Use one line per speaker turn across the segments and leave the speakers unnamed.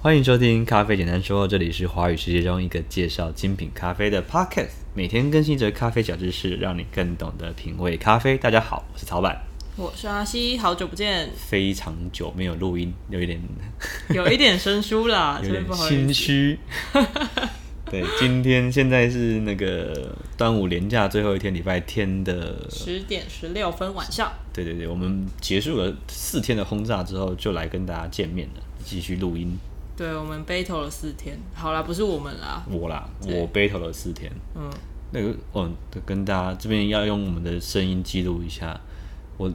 欢迎收听《咖啡简单说》，这里是华语世界中一个介绍精品咖啡的 Podcast，每天更新一则咖啡小知识，让你更懂得品味咖啡。大家好，我是曹板，
我是阿西，好久不见，
非常久没有录音，有一点，
有一点生疏啦
有
啊真的
点
不好意
心
思。
虚。对，今天现在是那个端午连假最后一天，礼拜天的
十点十六分晚上，
对对对，我们结束了四天的轰炸之后，就来跟大家见面了，继续录音。
对我们 battle 了四天。好啦，不是我们啦，
我啦，
对
我 battle 了四天。
嗯，
那个，哦，对跟大家这边要用我们的声音记录一下，我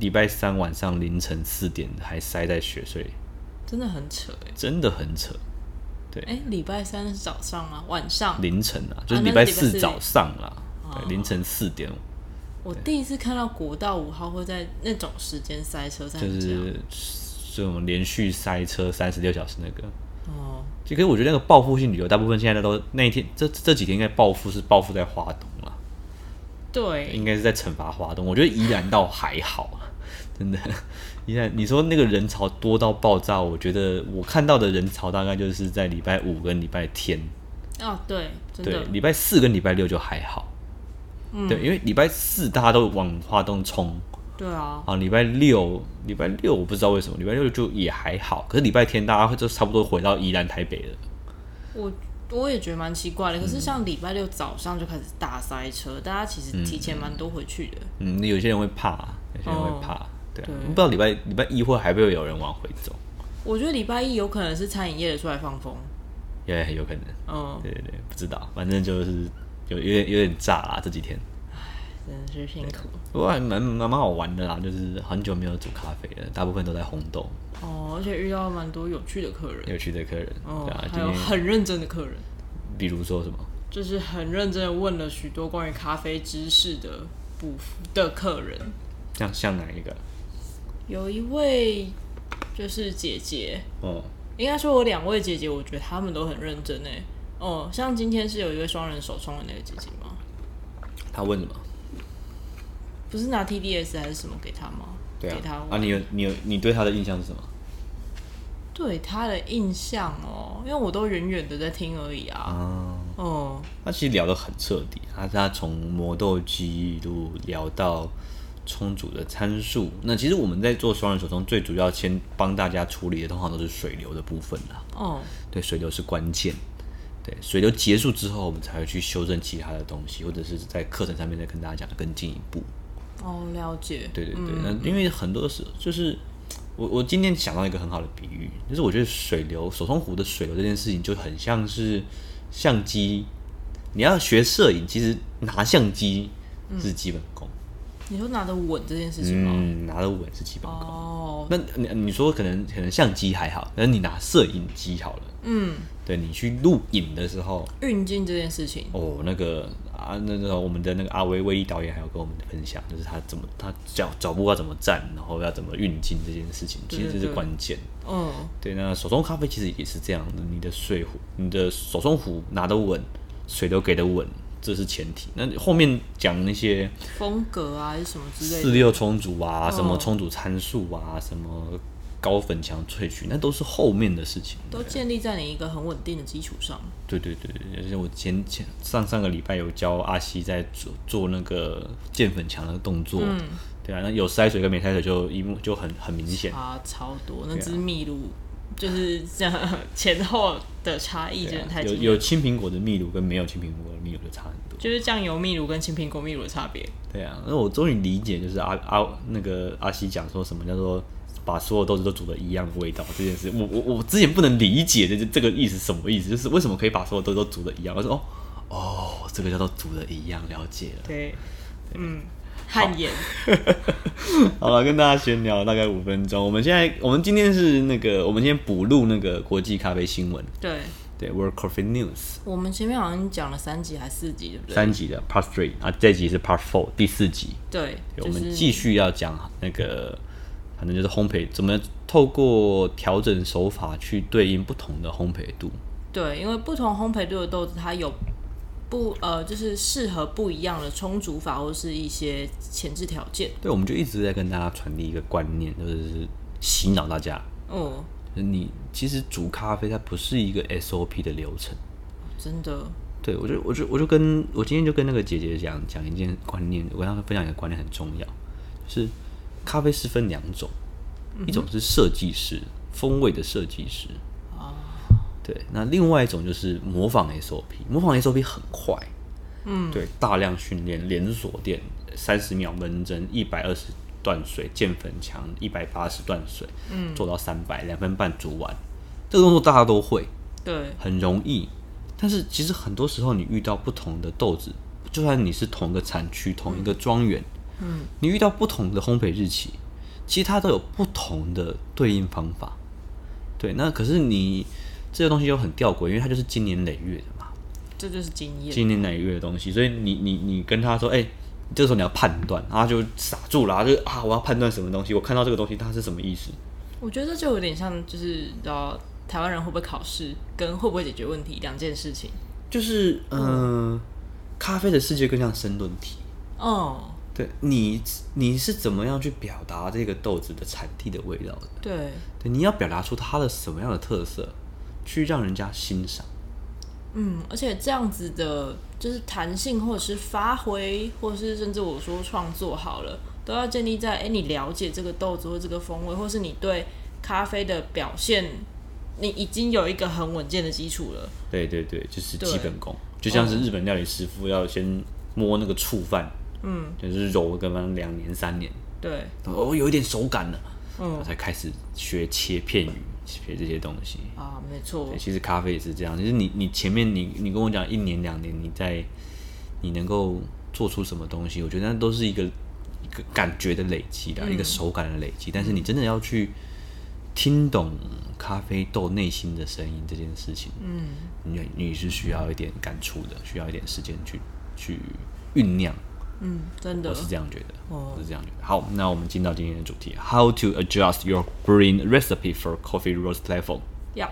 礼拜三晚上凌晨四点还塞在雪隧，
真的很扯哎、
真的很扯。对
欸。哎、礼拜三是早上吗？晚上？
凌晨啊，就是
啊
礼
那
拜
是礼拜
四
四
早上啦，
哦
对，凌晨四点，
我第一次看到国道五号会在那种时间塞车，塞
就
成这样。
是这种连续塞车三十六小时那个。
哦，
其实我觉得那个报复性旅游，大部分现在都那一天这这几天应该报复是报复在花东啦。
对，
应该是在惩罚华东。我觉得宜兰倒还好啊，真的。 宜兰，你说那个人潮多到爆炸，我觉得我看到的人潮大概就是在礼拜五跟礼拜天，
哦对，真
对，
的，嗯
礼拜四跟礼拜六就还好。对，因为礼拜四大家都往华东冲
对啊，
啊，礼拜六，礼拜六我不知道为什么，礼拜六就也还好，可是礼拜天大家会就差不多回到宜兰、台北了。
我我也觉得蛮奇怪的。可
嗯
是像礼拜六早上就开始大塞车，大家其实提前蛮多回去的。
嗯，有些人会怕，有些人会
哦
怕，对啊，
对
不知道礼拜礼拜一会还会不会有人往回走，
我觉得礼拜一有可能是餐饮业的出来放风，
也有可能。
嗯，
对对对，不知道，反正就是有有点有点炸啦这几天，
真的是辛苦
不过还蛮蛮蛮好玩的啦，就是很久没有煮咖啡了，大部分都在烘豆，
哦，而且遇到蛮多有趣的客人，
有趣的客人，
哦
对啊，，
还
今
有
天
很认真的客人，
比如说什么，
就是很认真的问了许多关于咖啡知识的部的客人，
像像哪一个？
有一位就是姐姐，
哦，
应该说我两位姐姐，我觉得她们都很认真诶。哦，像今天是有一位双人手冲的那个姐姐吗？
他问什么？
不是拿 TDS 还是什么给她吗？
对
给她
啊，啊，
玩
你有你有你对他的印象是什么？
对她的印象哦，因为我都远远的在听而已啊。
啊，
哦，
他其实聊得很彻底，他他从磨豆机一路聊到冲煮的参数。那其实我们在做双人手冲，最主要先帮大家处理的，通常都是水流的部分啦。
哦，
对，水流是关键。对，水流结束之后，我们才会去修正其他的东西，或者是在课程上面再跟大家讲的更进一步。
哦，了解。
对对对，那、因为很多时就是我我今天想到一个很好的比喻，就是我觉得水流手冲壶的水流这件事情就很像是相机，你要学摄影，其实拿相机是基本功，
你说拿得稳这件事情吗？
嗯，拿得稳是基本功。
哦，
那你你说可能可能相机还好，可是你拿摄影机好了，
嗯，
对你去录影的时候，
运镜这件事情，
哦，那个啊，那那个我们的那个阿威威力导演还有跟我们分享，就是他怎么他脚脚步要怎么站，然后要怎么运镜这件事情，其实
对
这
对
是
对
关键。
嗯，
对，那手冲咖啡其实也是这样的，你的水壶、你的手冲壶拿得稳，水流给得稳，这是前提。那后面讲那些
风格啊，还是什么之类
四
的，
六冲煮啊，什么
哦
冲煮参数啊，什么高粉强萃取，那都是后面的事情。
都建立在你一个很稳定的基础上。
对对对对，而且我前前上上个礼拜有教阿西在做做那个建粉墙的动作，对啊，那有塞水跟没塞水就一目就很很明显，
差超多，啊那只
啊
秘鲁就是这样前后的差异真
对
的
啊、
太
有
惊人。
有青苹果的秘鲁跟没有青苹果的秘鲁就差很多，
就是酱油秘鲁跟青苹果秘鲁的差别，
对啊，那我终于理解就是阿阿那个阿西讲说什么叫做把所有豆子都煮的一样的味道这件事，我我我之前不能理解这这个意思是什么意思，就是为什么可以把所有豆子都煮的一样，我说哦哦，这个叫做煮的一样，了解了。
对，嗯，汗颜，
好了，跟大家闲聊大概五分钟。我们现在，我们今天是那个，我们今天补录那个国际咖啡新闻，
对。
对，World Coffee News
我们前面好像讲了三集还是四集，对不对？
三集的 Part Three 啊，这集是 Part Four 第四集，
对，
对
就
我
是
们继续要讲那个，反正就是烘焙怎么透过调整手法去对应不同的烘焙度。
对，因为不同烘焙度的豆子，它有不呃，就是适合不一样的冲煮法或是一些前置条件。
对，我们就一直在跟大家传递一个观念，就是洗脑大家，
哦、
你其实煮咖啡它不是一个 SOP 的流程。
真的，
对我就我就我就跟我今天就跟那个姐姐讲讲一件观念，我跟她分享一个观念很重要，就是咖啡是分两种，一种是设计师风味的设计师，哦对，那另外一种就是模仿 SOP，模仿 SOP 很快，嗯，对，大量训练，连锁店三十秒闷蒸，一百二十断水，淀粉墙一百八十断水，嗯，做到三百，两分半煮完，这个动作大家都会，
对，
很容易。但是其实很多时候你遇到不同的豆子，就算你是同一个产区、同一个庄园，嗯，你遇到不同的烘焙日期，其实它都有不同的对应方法。对，那可是你这个东西又很吊诡，因为它就是经年累月的嘛，
这就是经验。
经年累月的东西，所以你你你跟他说，哎、这时候你要判断，然后他就傻住了，他就啊，我要判断什么东西，我看到这个东西它是什么意思，
我觉得这就有点像，就是你知道台湾人会不会考试跟会不会解决问题两件事情。
就是嗯、呃咖啡的世界更像申论题。
哦，
对你，你是怎么样去表达这个豆子的产地的味道的？
对，
对，你要表达出它的什么样的特色，去让人家欣赏。
嗯，而且这样子的，就是弹性或者是发挥，或者是甚至我说创作好了，都要建立在哎、诶你了解这个豆子或这个风味，或是你对咖啡的表现，你已经有一个很稳健的基础了。
对对对，就是
对
基本功，就像是日本料理师傅要先摸那个触饭，嗯，就是揉个两年三年，
对，
哦，有一点手感了，
嗯
才开始学切片语，学这些东西。
啊，没错
对，，其实咖啡也是这样，就是你你前面你你跟我讲一年两年，你在你能够做出什么东西，我觉得那都是一个一个感觉的累积的、一个手感的累积。但是你真的要去听懂咖啡豆内心的声音这件事情，嗯，你你是需要一点感触的，需要一点时间去去酝酿。
嗯，真的
我。是这样觉得，
哦
我是这样觉得。好，那我们进到今天的主题：How to adjust your brewing recipe for coffee roast level。
要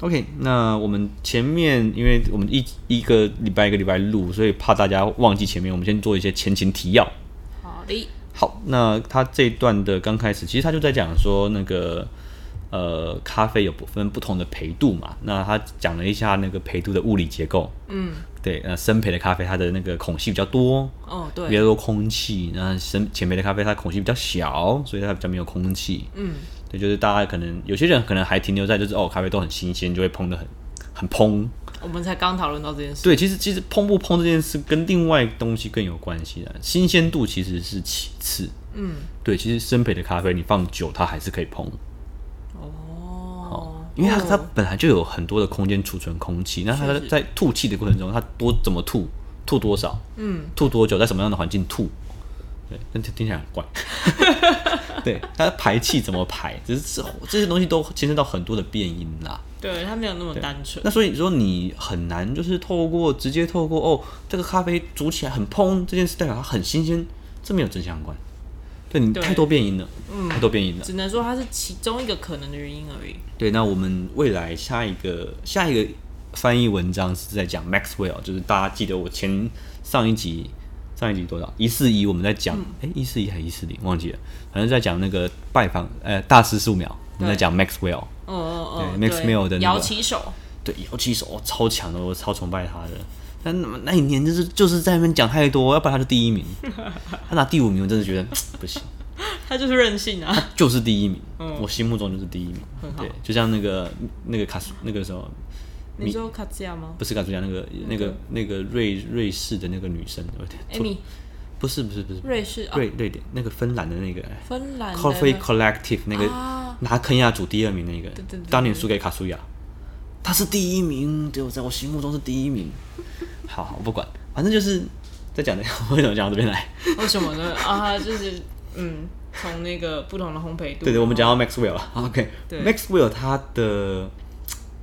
OK，那我们前面，因为我们一一个礼拜一个礼拜录，所以怕大家忘记前面，我们先做一些前情提要。
好的，
好，那他这一段的刚开始，其实他就在讲说那个呃，咖啡有不分不同的焙度嘛。那他讲了一下那个焙度的物理结构，嗯，对，呃，深焙的咖啡它的那个孔隙比较多，
哦，
比
对，
较多空气。那深浅焙的咖啡它孔隙比较小，所以它比较没有空气。
嗯，
对，就是大家可能有些人可能还停留在就是哦，咖啡豆很新鲜，就会烹的很很烹。
我们才刚讨论到这件事。
对，其实其实烹不烹这件事跟另外东西更有关系的，新鲜度其实是其次。
嗯，
对，其实生焙的咖啡你放久它还是可以烹，
哦，
因为它它
哦
本来就有很多的空间储存空气，那它
是
在
是
在吐气的过程中，它多怎么吐，吐多少，嗯，吐多久，在什么样的环境吐，对，但听听起来很 怪。 对，它排气怎么排，只是这这些东西都牵涉到很多的变音啦。
对它没有那么单纯。
那所以说你很难就是透过直接透过哦，这个咖啡煮起来很蓬这件事代表它很新鲜，这没有正相关。对你
对嗯
太多变因了，太多变因了。
只能说它是其中一个可能的原因而已。
对，那我们未来下一个下一个翻译文章是在讲 Maxwell，就是大家记得我前上一集上一集多少一四一我们在讲，哎一四一还一四零忘记了，反正在讲那个拜访呃大师素描，我们在
对
讲 Maxwell，
哦哦哦，
对，Max Mill 的那个
摇旗手，
对，姚旗手哦超强的，我超崇拜他的。但那那一年就是就是在那边讲太多，要不然他就第一名，他拿第五名，我真的觉得不行，
他就是任性啊。
就是第一名，我心目中就是第一名。对，就像那个那个卡斯那个什么，
你说卡兹亚吗
不是卡斯亚那个
嗯
那个那个瑞瑞士的那个女生，我
？Amy，
不是不是不是
哎瑞士啊，
瑞瑞典那个芬兰的那个哎
芬兰的
Coffee
那
Collective 那个
啊
拿肯亚组第二名那个
对对对，
当年输给卡苏亚，他是第一名，对我在我心目中是第一名。 好好，我不管，反正就是在讲的， 我为什么讲到这边来？
为什么呢？啊，就是嗯，从那个不同的烘焙度，
对对，我们
然后
讲到 Maxwell 了。
嗯对
OK，Maxwell 他的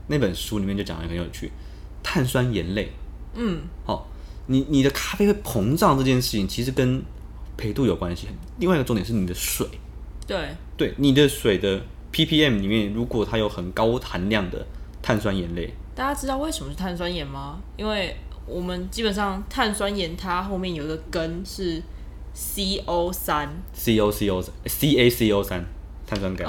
那本书里面就讲的很有趣，碳酸盐类。
嗯，
哦，你你的咖啡会膨胀这件事情，其实跟焙度有关系。另外一个重点是你的水，
对，
对你的水的 ppm 里面，如果它有很高含量的碳酸盐类，
大家知道为什么是碳酸盐吗？因为我们基本上碳酸盐它后面有一个根是 CO 三哦
CO CO C A CO 三碳酸钙，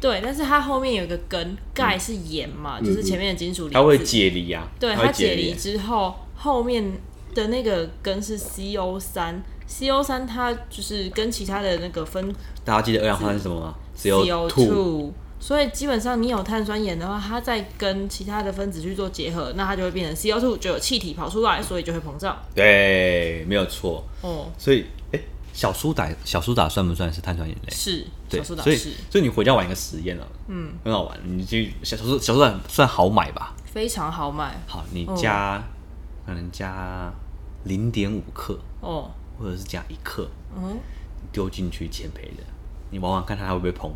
对，但是它后面有一个根，钙是盐嘛，就是前面的金属离
嗯
子，
它会解离啊，
对，
它
它
会解
解离之后，后面的那个根是 CO 三，CO 三它就是跟其他的那个分
大家记得二氧化碳是什么吗
CO
two，
two，所以基本上你有碳酸盐的话，它再跟其他的分子去做结合，那它就会变成 CO two，就有气体跑出来，所以就会膨胀。
对，没有错。
哦，
所以，哎、小苏打，小苏打算不算是碳酸盐类？
是
对，
小苏打
所以
是
所以你回家玩一个实验啊，嗯，很好玩。你去小小苏小苏打算好买吧？
非常好买
好，你加、可能加零点五克，
哦，
或者是加一克，
嗯。
丢进去减肥的，你玩玩看它会不会膨？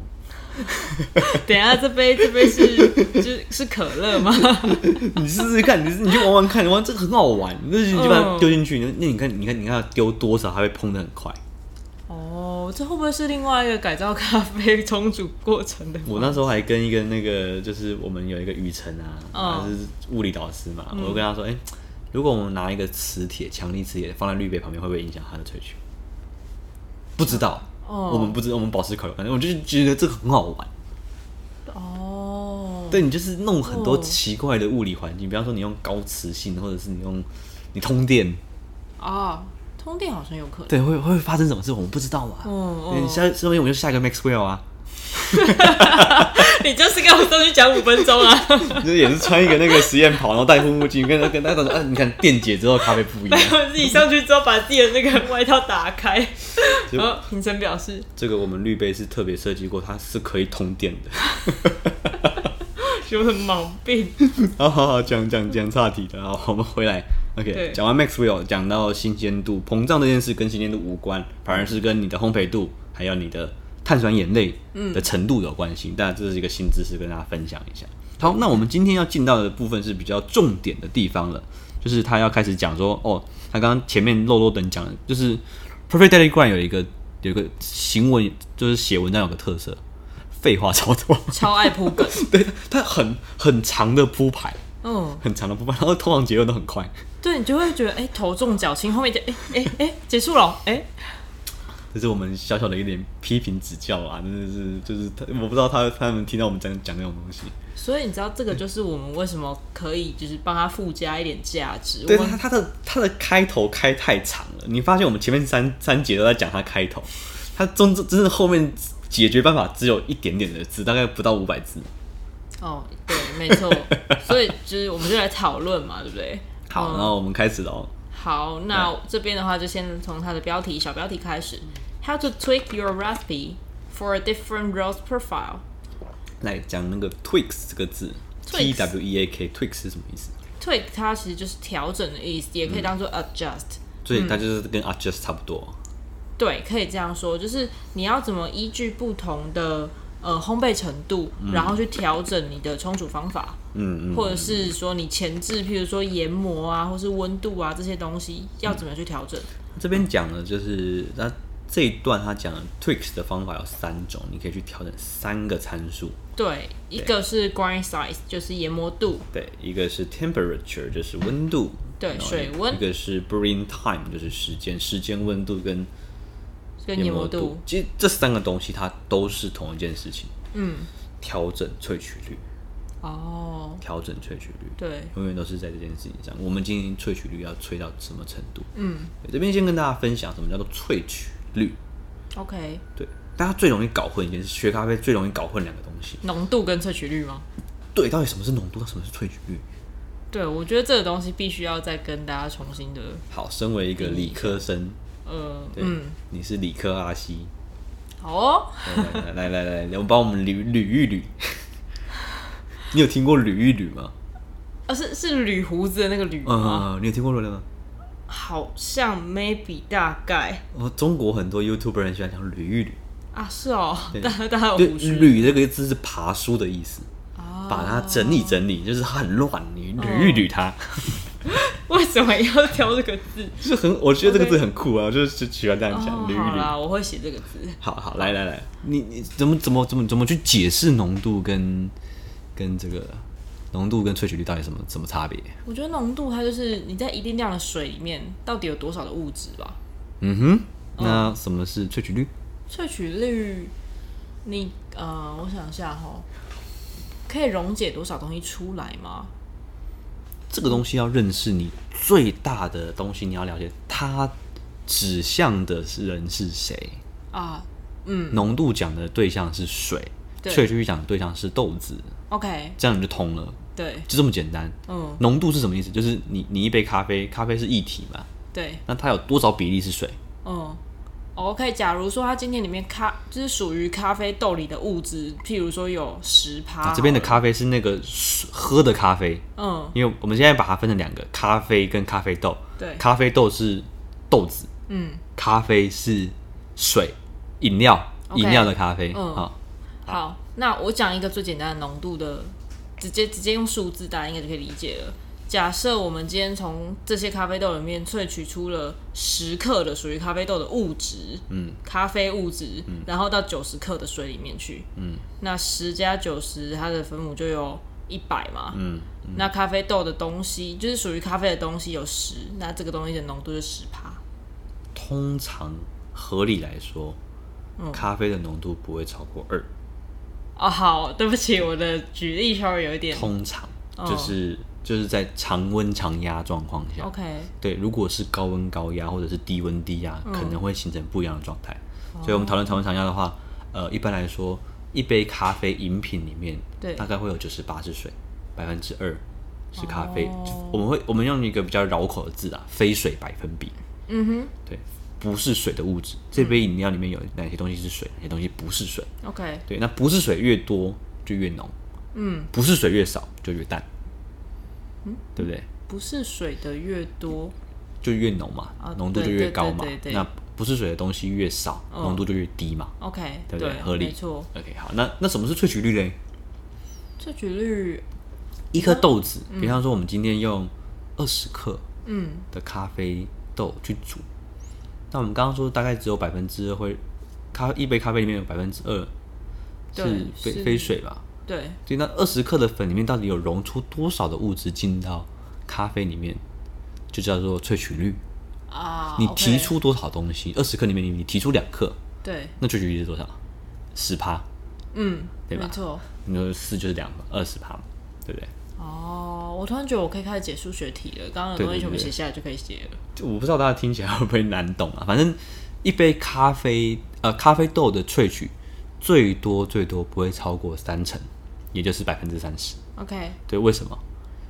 等一下，这杯这杯是就是是可乐吗？
你试试看，你你去玩玩看，玩这个很好玩，就是你就把它丢进去，那你看你看你看它丢多少，它会膨的很快。
哦，这会不会是另外一个改造咖啡冲煮过程的？
我那时候还跟一个那个，就是我们有一个雨辰啊，
嗯
他是物理导师嘛，我就跟他说，哎、如果我们拿一个磁铁，强力磁铁放在滤杯旁边，会不会影响它的萃取？不知道，
哦
我们不知道，我们保持口反正我就觉得这个很好玩。
哦，
对你就是弄很多
哦
奇怪的物理环境，比方说你用高磁性，或者是你用你通电，
啊，通电好像有可能。
对，会会发生什么事，我们不知道嘛。
哦
你下，说不定我们就下一个 Maxwell 啊，
你就是给我上去讲五分钟啊！
就是也是穿一个那个实验袍，然后戴护目镜，跟跟大家说，啊，你看电解之后咖啡不一 样。
我自己上去之后，把自己的那个外套打开，
就
然后评审表示
这个我们滤杯是特别设计过，它是可以通电的。
有什么毛病？
好好好，哦讲讲讲岔题的，好，我们回来。OK，
对
讲完 Maxwell，讲到新鲜度，膨胀这件事跟新鲜度无关，反而是跟你的烘焙度还有你的碳酸盐类嗯的程度有关系。但这是一个新知识，跟大家分享一下。好，那我们今天要进到的部分是比较重点的地方了，就是他要开始讲说，哦，他刚刚前面漏漏等讲的，就是 Perfect Daily Grind 有一个有一个行文，就是写文章有个特色，废话超多，
超爱铺梗，
对，他很很长的铺排。
嗯，
很长的部分，然后通常结论都很快。
对你就会觉得哎、头重脚轻，后面就哎哎哎结束了，哎、
这是我们小小的一点批评指教啊，真的是就是他，我不知道他他们听到我们讲讲那种东西，
所以你知道这个就是我们为什么可以就是帮它附加一点价值。
对
我
他他的他的开头开太长了，你发现我们前面三三节都在讲他开头，他中真的后面解决办法只有一点点的字，大概不到五百字。
哦，对，没错，所以就是我们就来讨论嘛，对不对？
好，然后我们开始哦喽。
好，那这边的话就先从它的标题小标题开始，How
嗯
to tweak your recipe for a different roast profile。
来讲那个 tweaks 这个字
Tweaks
，t w e a k tweaks 是什么意思？
tweak 它其实就是调整的意思，也可以当做
嗯
adjust。
所以它就是跟 adjust 差不多。
对，可以这样说，就是你要怎么依据不同的呃烘焙程度，然后去调整你的冲煮方法，
嗯嗯，
或者是说你前置，譬如说研磨啊，或是温度啊这些东西，要怎么去调整？
这边讲的就是那这一段他讲的 tweaks 的方法有三种，你可以去调整三个参数。
对，一个是 grind size，就是研磨度，
对，一个是 temperature，就是温度，
对
然后
水温
一个是 brewing time，就是时间，时间、温度跟
跟研磨
磨
度。
其实这三个东西它都是同一件事情。嗯，调整萃取率，
哦，
调整萃取率。
对，
永远都是在这件事情上。我们今天萃取率要萃到什么程度？嗯，这边先跟大家分享什么叫做萃取率。
OK，
对，大家最容易搞混一件事，学咖啡最容易搞混两个东西。
浓度跟萃取率吗？
对，到底什么是浓度，什么是萃取率？
对，我觉得这个东西必须要再跟大家重新的，
好，身为一个理科生，
呃，
对，你是理科阿西，
好哦，
来来来来来，我们帮我们捋捋一捋。你有听过捋一捋吗？
啊，是是捋胡子的那个捋吗？
嗯，你有听过捋吗？
好像 maybe 大概
哦，中国很多 YouTuber 很喜欢讲捋一捋，
啊，是哦
对，
大家大家有
就
胡须
捋这个字是爬书的意思，
啊？
把它整理整理，就是它很乱，你捋一
哦
捋它，
为什么要挑这个字？
就是很，我觉得这个
OK
字很酷啊，我就是就喜欢这样讲，
哦
捋一
好
捋。
啦，我会写这个字。
好好，来来来，你你怎么怎么怎么怎么去解释浓度跟跟这个浓度跟萃取率到底什么什么差别？
我觉得浓度它就是你在一定量的水里面到底有多少的物质吧。
嗯哼，那什么是萃取率？
萃取率，你呃，我想一下哈，可以溶解多少东西出来吗？
这个东西要认识你最大的东西，你要了解它指向的是人是谁，
啊
浓度讲的对象是水，
对
萃取讲的对象是豆子，
，OK，
这样你就通了，
对，
就这么简单。
嗯，
浓度是什么意思？就是你你一杯咖啡，咖啡是液体嘛，
对，
那它有多少比例是水？
嗯。OK，假如说它今天里面咖就是属于咖啡豆里的物质，譬如说有十趴、
啊，这边的，咖啡是那个水喝的咖啡，
嗯，
因为我们现在把它分成两个，咖啡跟咖啡豆。
对，
咖啡豆是豆子，
嗯，
咖啡是水，饮料，
OK
饮料的咖啡。
嗯
好，
好，那我讲一个最简单的浓度的，直接直接用数字，大家应该就可以理解了。假设我们今天从这些咖啡豆里面萃取出了十克的属于咖啡豆的物质，嗯，咖啡物质，
嗯
然后到九十克的水里面去，嗯，那十加九十，它的分母就有一百嘛，嗯，那咖啡豆的东西就是属于咖啡的东西有十，那这个东西的浓度就十趴，
通常合理来说，
嗯
咖啡的浓度不会超过二。
哦，好，对不起，我的举例稍微有一点
通常
哦
就是、就是在常温常压状况下，
，OK，
对，如果是高温高压或者是低温低压，可能会形成不一样的状态。所以，我们讨论常温常压的话，呃，一般来说，一杯咖啡饮品里面，
对
大概会有九十八是水，百分之二是咖啡。我们会我们用一个比较绕口的字啊，非水百分比。嗯哼，对，不是水的物质。这杯饮料里面有哪些东西是水，哪些东西不是水？
，OK，
对，那不是水越多就越浓，嗯，不是水越少就越淡，嗯，对不对？
不是水的越多，
就越浓嘛
啊，
浓、度就
对
越
对
高嘛。
对对对哦
那不是水的东西越少，浓、度就越低嘛，
OK，
对不对？合理。
没错。
OK，好，那那什么是萃取率嘞？
萃取率，
一颗豆子，
嗯
比方说我们今天用二十克嗯的咖啡豆去煮，那我们刚刚说大概只有百分之二会，咖一杯咖啡里面有百分之二是
对
非
是
非水吧？
对，
对，那二十克的粉里面到底有溶出多少的物质进到咖啡里面，就叫做萃取率。
啊，
你
OK，
提出多少东西？二十克里面你你提出两克，
对，
那萃取率是多少？十趴，
嗯，
对吧
没错。
你说四就是两嘛，二十趴嘛，对不对？
哦，我突然觉得我可以开始解数学题了，刚刚的
对
东
对
西全部
对
写下来就可以解了。
就我不知道大家听起来会不会难懂啊，反正一杯咖啡呃咖啡豆的萃取最多最多不会超过三成，也就是百分之三十。
OK，
对，为什么？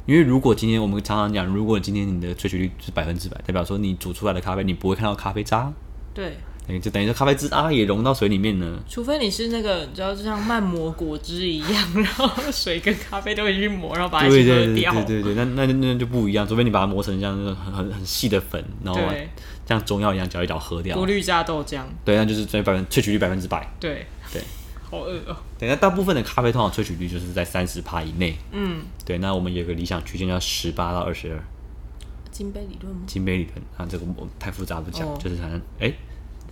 因为如果今天我们常常讲，如果今天你的萃取率是百分之百，代表说你煮出来的咖啡你不会看到咖啡渣，
对，
等于就等于说咖啡渣啊也溶到水里面呢。
除非你是那个，你知道，就像慢磨果汁一样， 然后水跟咖啡都一起去磨，然后把它一
对
起
对
喝
对
掉。
对对对，那那那就不一样，除非你把它磨成像那种很很很细的粉，然后
对
像中药一样搅一搅喝掉
过。滤加豆浆，
对，那就是最百分萃取率百分之百。
对，
对，
好饿哦。
对，那大部分的咖啡通常萃取率就是在三十帕以内。嗯，对，那我们有个理想区间叫十八到二十二，
金杯理论吗？
金杯理论啊，这个我太复杂不讲，
哦
就是反正哎，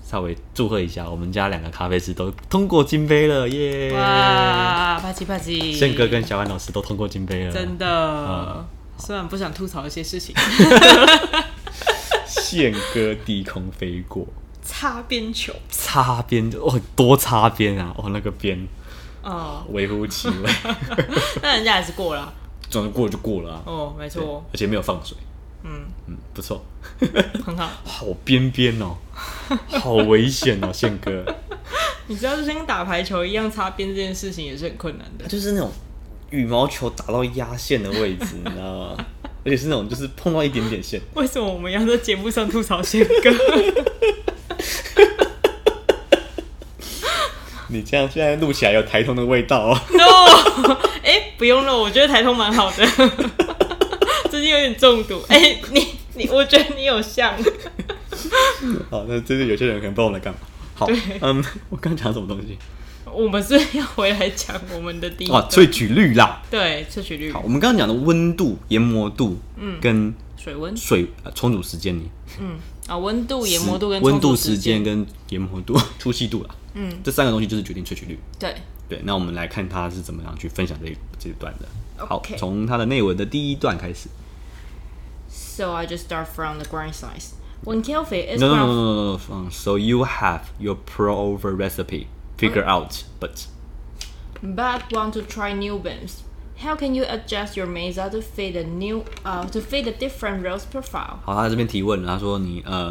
稍微祝贺一下，我们家两个咖啡师都通过金杯了，耶！
哇，啪叽啪叽，
宪哥跟嗯小安老师都通过金杯了，
真的，虽然不想吐槽一些事 情，
宪哥低空飞过，
擦边球
擦边哦，多擦边啊，哦那个边
哦，
微乎其微，
那人家还是过了
总之过了就过了啊，
哦，没
对
错，
而且没有放水，嗯嗯，不错。
很好。
好边边哦，好危险 哦，宪哥，
你知道，就像打排球一样，擦边这件事情也是很困难的
他。就是那种羽毛球打到压线的位置，你知道吗？而且是那种就是碰到一点点线，
为什么我们要在节目上吐槽宪哥？
你这样现在录起来有台通的味道 哦。
no，哎、 不用了，我觉得台通蛮好的， 最近有点中毒。哎、你你，我觉得你有像，
好，那真的有些人可能不知道我们在干嘛。好，嗯，我刚讲什么东西？啊
我们是要回来讲我们的第一
哇，
个，
萃取率啦。
对萃取率
好，、我们刚刚讲的温度、研磨度，嗯，跟
水温
水、呃、冲煮时间，
啊，温度、研磨度跟
温
冲
度、
煮
时间，跟研磨度、 粗细度啦，嗯，这三个东西就是决定萃取率。
对，
对，那我们来看他是怎么样去分享这一这一段的。好
OK，
从他的内文的第一段开始。
So I just start from the grind size. When coffee is
No no no
ground-
no no, no. no. So you have your pour over recipe. figure out, but
but want to try new beans. How can you adjust your mesa to fit a new uh to fit a different roast profile?
好，他这边提问了，他说你呃，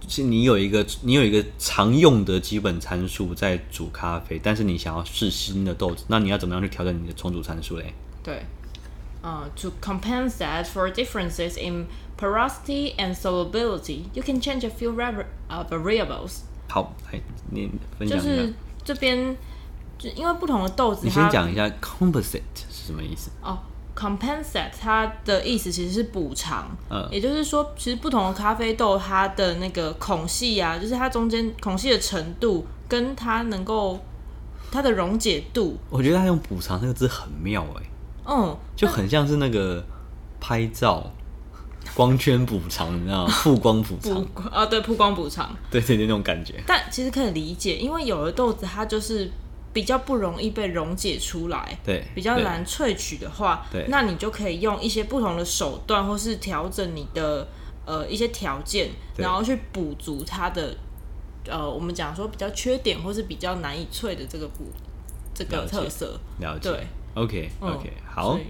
就是你有一个你有一个常用的基本参数在煮咖啡，但是你想要试新的豆子，那你要怎么样去调整你的冲煮参数嘞？
对，呃，to compensate for differences in porosity and solubility, you can change a few vari- uh, variables.
好，来你分享
就
一下，
是这边，就因为不同的豆子它，
你先讲一下 composite 是什么意思？
哦。compensate 它的意思其实是补偿，
嗯
也就是说，其实不同的咖啡豆它的那个孔隙啊，就是它中间孔隙的程度跟它能够它的溶解度，
我觉得他用补偿那个字很妙哎、
嗯，
就很像是那个拍照光圈补偿，你知 道吗？曝光补偿
补，啊对曝光补偿，
对对对，那种感觉。
但其实可以理解，因为有的豆子它就是比较不容易被溶解出来，
对
比较
对
难萃取的话，
对
那你就可以用一些不同的手段，或是调整你的呃一些条件，
对
然后去补足它的呃我们讲说比较缺点或是比较难以萃的这个补这
了
个
解
特色。
了解
对
，OK
嗯
OK，、好
所以，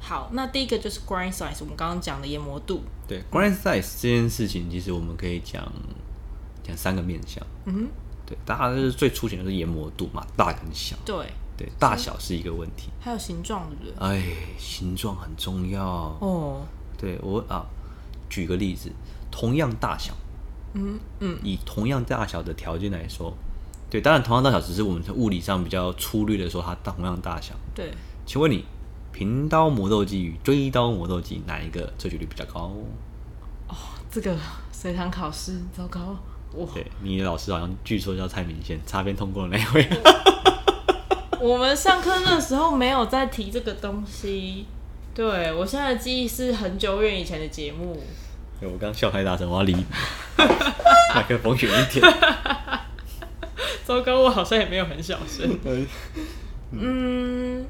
好，那第一个就是 grind size，我们刚刚讲的研磨度，
对 grind size 这件事情，其实我们可以讲讲三个面向。嗯对，大家就是最粗浅的就是研磨度嘛，大跟小，
对，
对，大小是一个问题。
还有形状，对不对？
哎，形状很重要。
哦，
对我啊，举个例子，同样大小，嗯嗯，以同样大小的条件来说，对，当然同样大小只是我们在物理上比较粗略的说它同样大小。
对，
请问你，平刀磨豆机与锥刀磨豆机哪一个萃取率比较高？
这个随堂考试，糟糕，我
对，你的老师好像据说叫蔡明宪，擦边通过的那一位。
我们上课那时候没有在提这个东西。对我现在的记忆是很久远以前的节目。
对我刚笑太大声，我要离 麦克风远一点。
糟糕，我好像也没有很小声。嗯，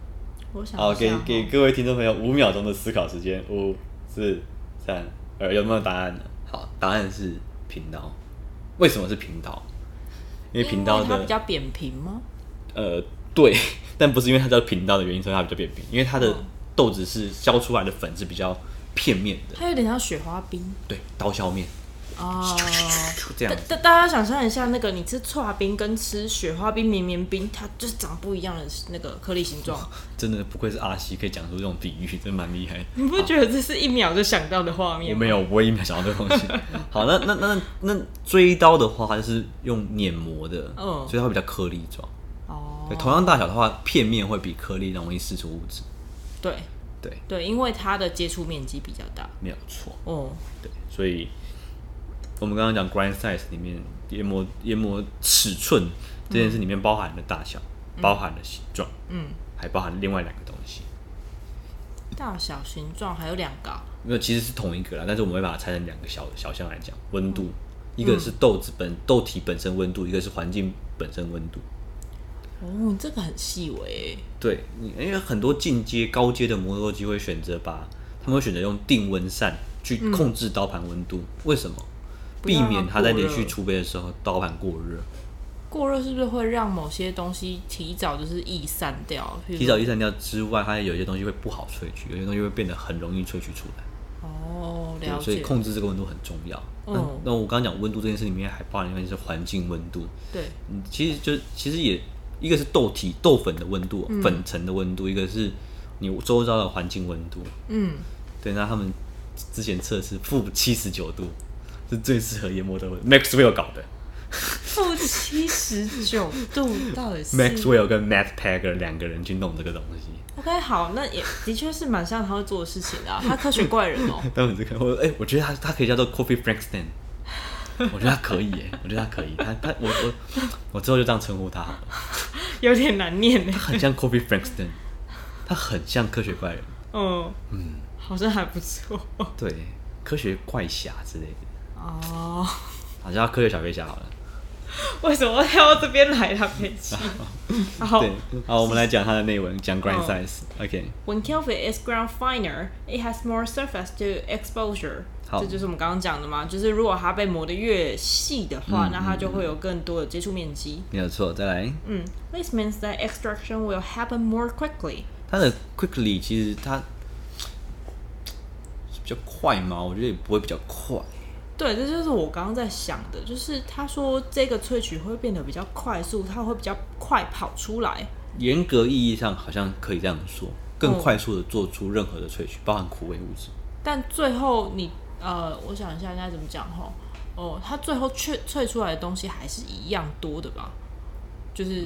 我想一下
好，给
哦
给各位听众朋友五秒钟的思考时间，五、四、三、二，有没有答案呢？好，答案是平刀。为什么是平刀？因为平刀
因为它比
的
较扁平吗？
呃对，但不是因为它叫平刀的原因，所以它比较扁平，因为它
哦
的豆子是削出来的粉是比较片面的，
它有点像雪花冰
对，刀削面
哦。
这样
大。大大家想象一下，那个你吃刨冰跟吃雪花冰、绵绵冰，它就是长不一样的那个颗粒形状。
真的不愧是阿西，可以讲出这种比喻，真蛮厉害的。
你不觉得这是一秒就想到的画面
我
吗？
没有，我也没想到这个东 西。好，那那那那锥刀的话，它是用碾磨的，
嗯
所以它会比较颗粒状。
哦，
对，同样大小的话，片面会比颗粒容易释出物质。
对
对，
对，因为它的接触面积比较大。
没有错。
哦，
对，所以我们刚刚讲 grind size 里面研磨研磨尺寸这件事里面包含了大小，包含了形状，
嗯，
还包含另外两个东西。
大小、形状还有两个啊、
没有，其实是同一个啦，但是我们会把它拆成两个小小项来讲，温度。一个是豆子本豆体本身温度，一个是环境本身温度。
哦，你这个很细微欸。
对，你因为很多进阶、高阶的磨豆机会选择把，他们会选择用定温扇去控制刀盘温度，为什么？
不要
嗯避
让它
免它在
过
连
热
续出杯的时候刀盘过热，
过热是不是会让某些东西提早就是易散掉？譬如
提早一散掉之外，它有些东西会不好萃取，有些东西会变得很容易萃取出来。
哦，
对
了
所以
解。
控制这个温度很重要。
嗯
那那我刚刚讲温度这件事里面还包含一个是环境温度，
对，
嗯，其实就其实也一个是豆体豆粉的温度、粉层的温度，一个是你周遭的环境温度。
嗯，
对，那他们之前测试负七十九度是最适合研磨的温度，Maxwell 搞的
负七十九度 到底是
，Maxwell 跟 Matt Packer 两个人去弄这个东西。
OK 好，那也的确是蛮像他会做的事情的、 啊，他科学怪人 哦。
当时看我，哎、我觉得他他可以叫做 Coffee Frankston，我觉得他可以耶，我觉得他可以，他他我我我之后就这样称呼他好了，
有点难念呢
他。很像 Coffee Frankston，他很像科学怪人，
嗯嗯，好像还不错。
对，科学怪侠之类的，
哦，
好像科学小飞侠好了。
为什么要跳到这边来啦？北七。好
对，好，我们来讲它的内文，讲 grind
嗯
size。OK，
When kelvin is ground finer, it has more surface to exposure.
好
这就是我们刚刚讲的嘛，就是如果它被磨得越细的话，那它就会有更多的接触面积。
没有错，再来。
嗯，This means that extraction will happen more quickly.
它的 quickly 其实它是比较快嘛，我觉得也不会比较快。
对，这就是我刚刚在想的，就是他说这个萃取会变得比较快速，它会比较快跑出来。
严格意义上好像可以这样说，更快速的做出任何的萃取，包含苦味物质。
但最后你呃，我想一下应该怎么讲吼。哦，它最后萃萃出来的东西还是一样多的吧？就是、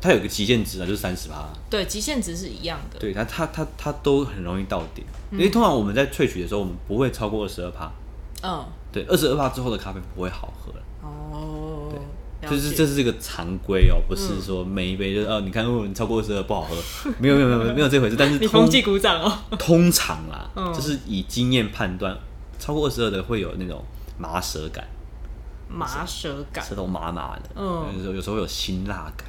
它有个极限值啊，就是三十趴。
对，极限值是一样的。
对它，它它它都很容易到顶，因为通常我们在萃取的时候，我们不会超过二十二趴。
嗯，
对，二十二趴之后的咖啡不会好喝了。
哦，了
就是
解嗯
这是一个常规哦，不是说每一杯就是、哦，你看，哦，你超过二十二不好喝，没有没有没 有没有没有这回事。但是
你
通
风纪鼓掌哦。
通常啦，
嗯
就是以经验判断，超过二十二的会有那种麻舌感，
麻舌感
舌头麻麻的，
嗯
有时候有时候会有辛辣感，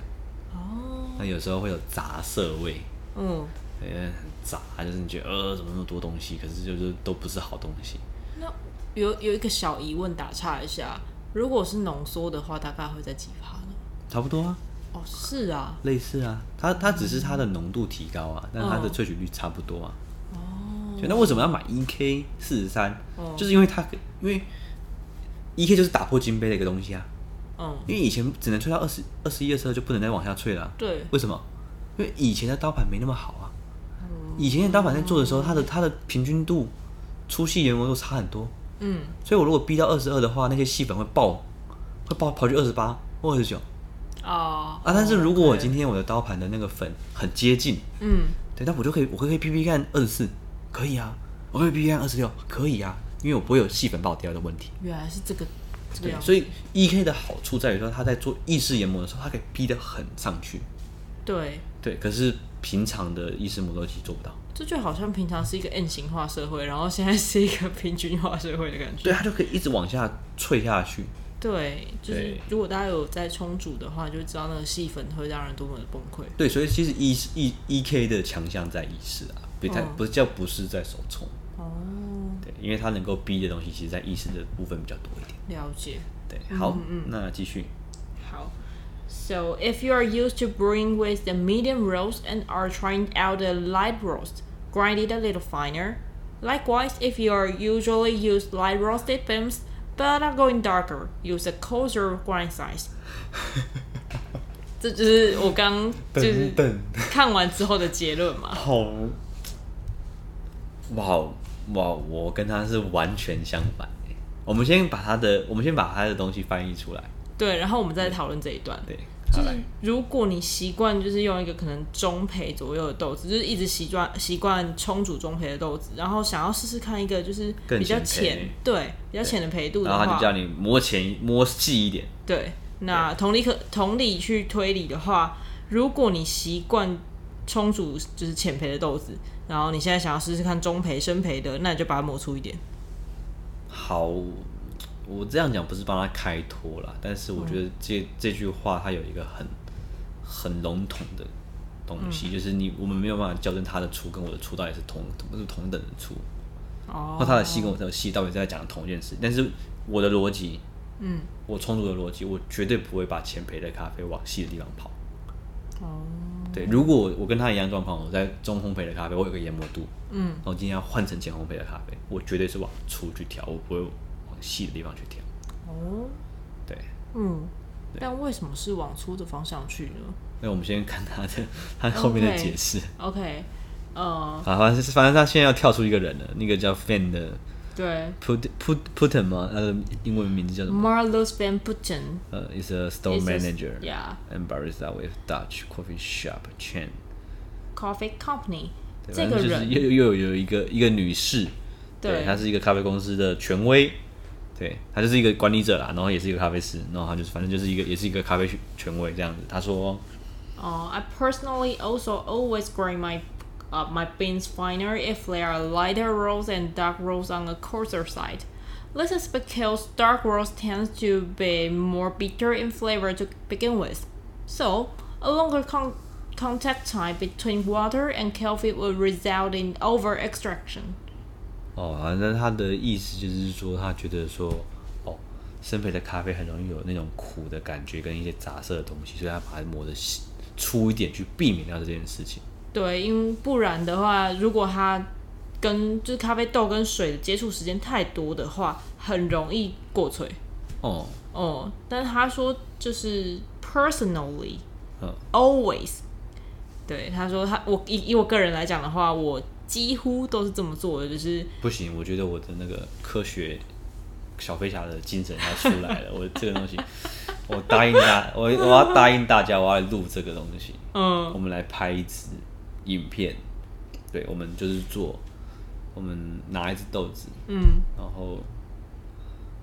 哦，
那有时候会有杂涩味，
嗯，
对很杂，就是你觉得呃怎么那么多东西，可是就是都不是好东西。
那有有一个小疑问打岔一下，如果是浓缩的话，大概会在几趴呢？
差不多啊，
哦，是啊，
类似啊，它它只是它的浓度提高啊，但它的
嗯
萃取率差不多啊。
哦，
对那为什么要买 EK 四十三
哦？
就是因为它因为 EK 就是打破金杯的一个东西啊，
嗯，
因为以前只能萃到二十二十一、二十二就不能再往下萃了啊、
对，
为什么？因为以前的刀盘没那么好啊。以前的刀盘在做的时候，它的它的平均度、粗细研磨都差很多，
嗯，
所以我如果逼到二十二的话，那些细粉会爆，会爆跑去二十八或二十九
啊
啊。但是如果我今天我的刀盘的那个粉很接近，
嗯，
对，那我就可以，我可以 P P 看二十四，可以啊，我可以 P P 看二十六，可以啊，因为我不会有细粉爆掉的问题。
原来是这个这个
对
样，子，
所以 E K 的好处在于说，它在做意式研磨的时候，它可以逼得很上去。
对，
对，可是平常的意式磨豆机做不到。
这就好像平常是一个 N 型化社会，然后现在是一个 平均化社会的感觉。
对，它就可以一直往下脆下去。
对，就是
对
如果大家有在冲煮的话，就会知道那个细粉会让人多么的崩溃。
对，所以其实 E E E K 的强项在意式啊，不太
嗯
不叫不是在手冲，
哦，
对，因为它能够逼的东西，其实在意式的部分比较多一点。
了解。
对，好，
嗯
那继续。
好。So if you are used to brewing with the medium roast and are trying out the light roast, grind it a little finer. Likewise, if you are usually used light roasted beans but are going darker, use a coarser grind size. 这就是我刚就是
等，
看完之后的结论嘛。
好，哇哇，我跟他是完全相反欸。我们先把他的，我们先把他的东西翻译出来。
对，然后我们再讨论这一段。
对，
就
好
是
来，
如果你习惯就是用一个可能中培左右的豆子，就是一直习惯习惯冲煮中培的豆子，然后想要试试看一个就是
更
比较
浅焙
浅，对，比较浅的培度的
然后他就叫
话，
你摸前摸细一点。
对，那同理可同理去推理的话，如果你习惯冲煮就是浅培的豆子，然后你现在想要试试看中培深培的，那你就把它磨粗一点。
好，我这样讲不是帮他开脱啦，但是我觉
嗯
得这、这句话它有一个很很笼统的东西，
嗯
就是你我们没有办法校正他的粗跟我的粗到底是同同是同等的粗，或
哦，
他的细跟我的细到底在讲同一件事，但是我的逻辑，嗯，我冲突的逻辑，我绝对不会把前培的咖啡往细的地方跑。
哦，
对，如果我我跟他一样状况，我在中烘焙的咖啡，我有个研磨度，嗯，然后今天要换成浅烘焙的咖啡，我绝对是往粗去调，我不会往细的地方去调。
哦，
对，
嗯，但为什么是往粗的方向去呢？
那我们先看他的 他后面的
OK
解 释。
OK，呃，
啊，反正反正他现在要跳出一个人了，那个叫 Fan 的
对
Put Put Putin 吗？他的英文名字叫什么？
，Marlos Van Putten
呃，is a store
is a-
manager
嗯 yeah.
and barista with Dutch coffee shop chain。
Coffee Company
对
这
反
个
正就是
人，
又又有有一个一个女士，对，
对
她是一个咖啡公司的权威，对，她就是一个管理者啦，然后也是一个咖啡师，然后她就是反正就是一个也是一个咖啡权威这样子。她说，
哦、i Uh, personally also always grind my Uh, my beans finer if they are lighter rolls and dark rolls on the coarser side. Lettuce because dark roast tends to be more bitter in flavor to begin with. So, a longer con- contact time between water and coffee will result in over extraction.
哦，啊那他的意思就是说，他觉得说，哦，生培的咖啡很容易有那种苦的感觉跟一些杂色的东西，所以他把它磨的粗一点，去避免掉这件事情。
对，因为不然的话，如果它跟就是咖啡豆跟水的接触时间太多的话，很容易过萃。
哦，
哦，但是他说就是 personally
嗯
always，对，他说他我以以我个人来讲的话，我几乎都是这么做的，就是
不行，我觉得我的那个科学小飞侠的精神要出来了，我这个东西，我答应大，我我要答应大家，我要录这个东西。
嗯
我们来拍一支影片，对，我们就是做，我们拿一只豆子，
嗯
然后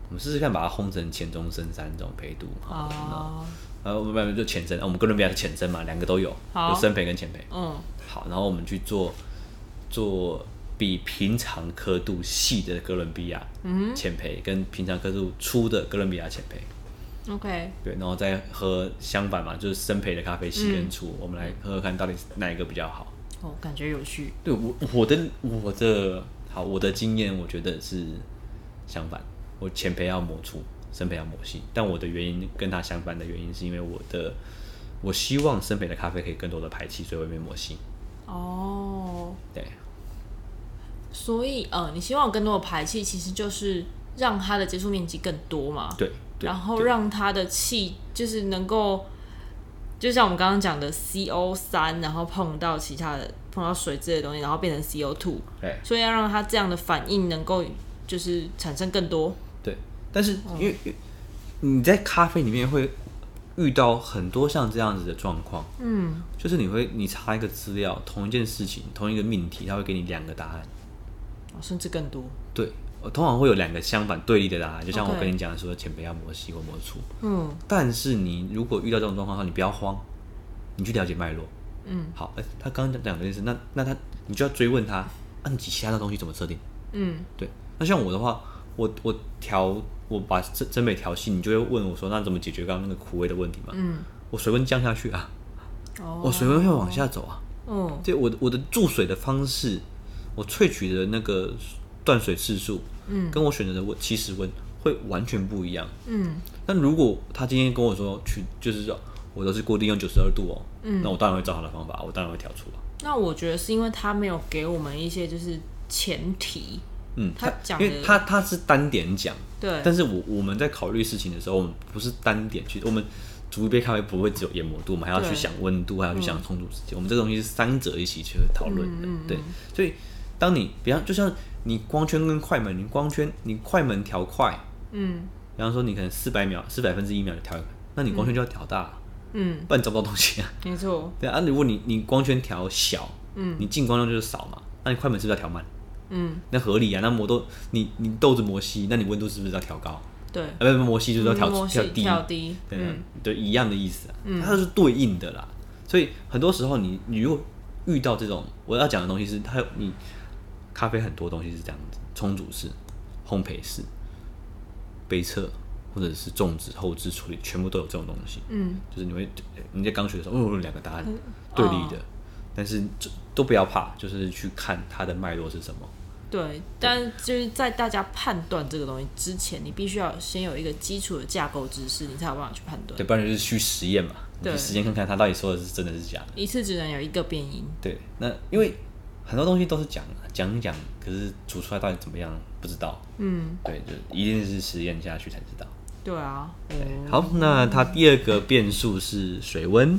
我们试试看把它烘成前中深三种胚度，好，
哦
然后我们就浅蒸，啊我们哥伦比亚是浅蒸嘛，两个都有，
好
有深培跟浅培，
嗯
好，然后我们去做做比平常刻度细的哥伦比亚浅培，跟平常刻度粗的哥伦比亚浅培，
，OK，
对，然后再喝相反嘛，就是深培的咖啡细跟粗，我们来喝喝看到底是哪一个比较好。
哦，感觉有趣，
对我我的我的好我的经验，我觉得是相反，我前培要磨粗，深培要磨细。但我的原因跟他相反的原因，是因为我的我希望深培的咖啡可以更多的排气，所以我会磨细。
哦，
对，
所以呃，你希望有更多的排气，其实就是让它的接触面积更多嘛，
对，对
然后
对
让它的气就是能够，就像我们刚刚讲的 CO 三，然后碰到其他的碰到水之类的东西，然后变成 CO two，
对
所以要让它这样的反应能够就是产生更多。
对，但是
嗯
因为、因为你在咖啡里面会遇到很多像这样子的状况，
嗯，
就是你会你查一个资料，同一件事情，同一个命题，它会给你两个答案。
哦甚至更多。
对，我通常会有两个相反对立的答案，就像
OK
我跟你讲的说，前辈要磨西或磨粗。
嗯
但是你如果遇到这种状况的话，你不要慌，你去了解脉络。
嗯
好，哎、他刚刚讲两件事，那那他你就要追问他，那、你其他的东西怎么设定？
嗯
对，那像我的话，我我调我把真真美调细，你就会问我说，那怎么解决刚刚那个苦味的问题嘛？
嗯，
我水温降下去啊，
哦
我水温会往下走啊。
嗯
对，我的我的注水的方式，我萃取的那个断水次数，
嗯，
跟我选择的温起始温会完全不一样。
嗯
但如果他今天跟我说去，就是说我都是固定用九十二度哦，嗯，那我当然会照他的方法，我当然会调出来。啊
那我觉得是因为他没有给我们一些就是前提，
嗯，
他讲
因为
的
他他是单点讲，
对，
但是我我们在考虑事情的时候，我们不是单点去，我们煮一杯咖啡不会只有研磨度，我们还要去
对嗯
想温度，还要去想冲煮时间。我们这个东西是三者一起去讨论的，
嗯嗯
对。所以，当你比方就像你光圈跟快门，你光圈你快门调快，
嗯
比方说你可能四百秒、四百分之一秒就调一个，那你光圈就要调大，
嗯，
不然你找不到东西啊。
没错，
对啊，如果你你光圈调小，
嗯
你进光量就是少嘛，那你快门是不是要调慢？
嗯
那合理啊，那磨豆你你豆子磨稀，那你温度是不是要调高？
对，
啊，不不，摩西就是要调
嗯
调低，
跳低，
对啊
嗯，
对，一样的意思啊，它都是对应的啦。所以很多时候你你如果遇到这种我要讲的东西是，它有你咖啡很多东西是这样子，冲煮式、烘焙式、杯测或者是种植、后置处理，全部都有这种东西。
嗯
就是你会你在刚学的时候，哦，有两个答案对立的，
哦
但是这都不要怕，就是去看它的脉络是什么。
对，但就是在大家判断这个东西之前，你必须要先有一个基础的架构知识，你才有办法去判断
对，。不然就是去实验嘛，你去
对
实验看看它到底说的是真的是假的。
一次只能有一个变音，
对，那因为很多东西都是讲啊讲一讲，可是煮出来到底怎么样不知道。
嗯，
对，就一定是实验下去才知道。
对啊，哦
好，那它第二个变数是水温。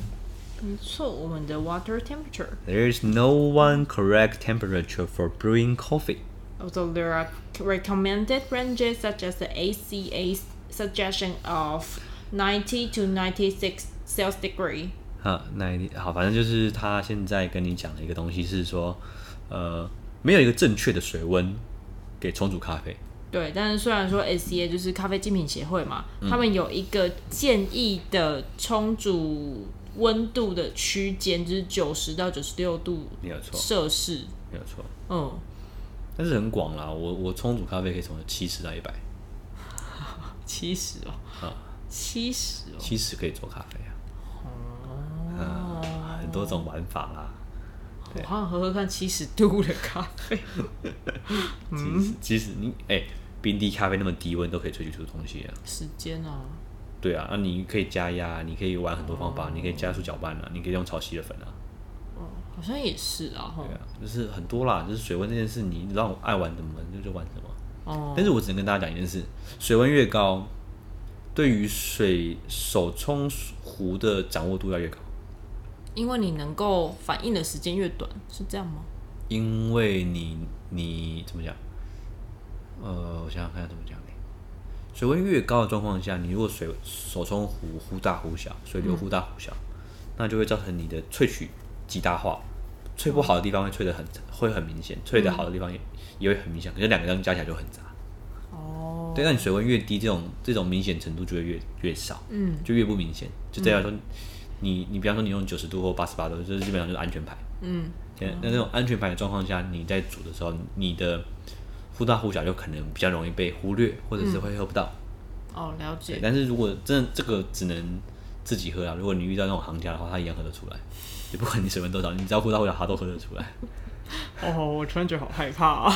没错，我们的 water temperature。
There is no one correct temperature for brewing coffee.
Although there are recommended ranges such as the ACA's suggestion of 90 to 96 Celsius degree.
啊，那一定好，反正就是他现在跟你讲的一个东西是说，呃，没有一个正确的水温给冲煮咖啡。
对，但是虽然说 SCA 就是咖啡精品协会嘛，他们有一个建议的冲煮温度的区间，就是九十到九十六度
没有错，
摄氏。
没有错，
嗯，
但是很广啦。我我冲煮咖啡可以从七十到一百。
七十哦，
啊，
七十哦，
七十可以做咖啡啊，啊，很多种玩法啊啦。
我好想喝喝看七十 度的咖啡。
其实其实你哎、冰滴咖啡那么低温都可以萃取出东西啊。
时间啊，
对啊，那你可以加压，你可以玩很多方法，你可以加速搅拌啊，你可以用潮汐的粉啊，
哦，好像也是啊，吼
对，啊，就是很多啦。就是水温这件事，你让我爱玩什么就就玩什么。
哦，
但是我只能跟大家讲一件事：水温越高，对于水手冲壶的掌握度要越高，
因为你能够反应的时间越短，是这样吗？
因为你你怎么讲？呃，我想想看要怎么讲呢？水温越高的状况下，你如果水手冲壶忽大忽小，水流忽大忽小，那就会造成你的萃取极大化。萃不好的地方会萃得很会很明显，萃得好的地方也、也会很明显，可是两个东西加起来就很杂。
哦，
对，那你水温越低，这种这种明显程度就会越越少，
嗯，
就越不明显。就代表说，你你比方说你用九十度或八十八度，就是基本上就是安全牌。
嗯，
对那这种安全牌的状况下，你在煮的时候，你的忽大忽小就可能比较容易被忽略，或者
嗯
是会喝不到。
哦，了解
对，。但是如果真的这个只能自己喝啊，如果你遇到那种行家的话，他一样喝得出来。就不管你水温多少，你只要忽大忽小，他都喝得出来。
哦，我突然觉得好害怕啊！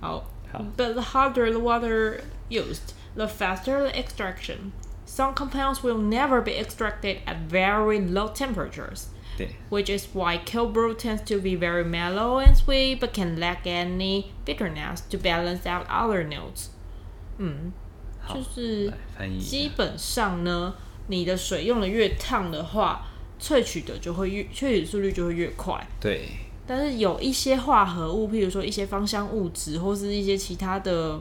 好
好
，But the harder the water used, the faster the extraction. Some compounds will never be extracted at very low temperatures,
对
which is why cold brew tends to be very mellow and sweet, but can lack any bitterness to balance out other notes. 嗯，
好
就是
来翻译一下
基本上呢，你的水用的越烫的话，萃取的就会越萃取速率就会越快。
对，
但是有一些化合物，譬如说一些芳香物质，或是一些其他的，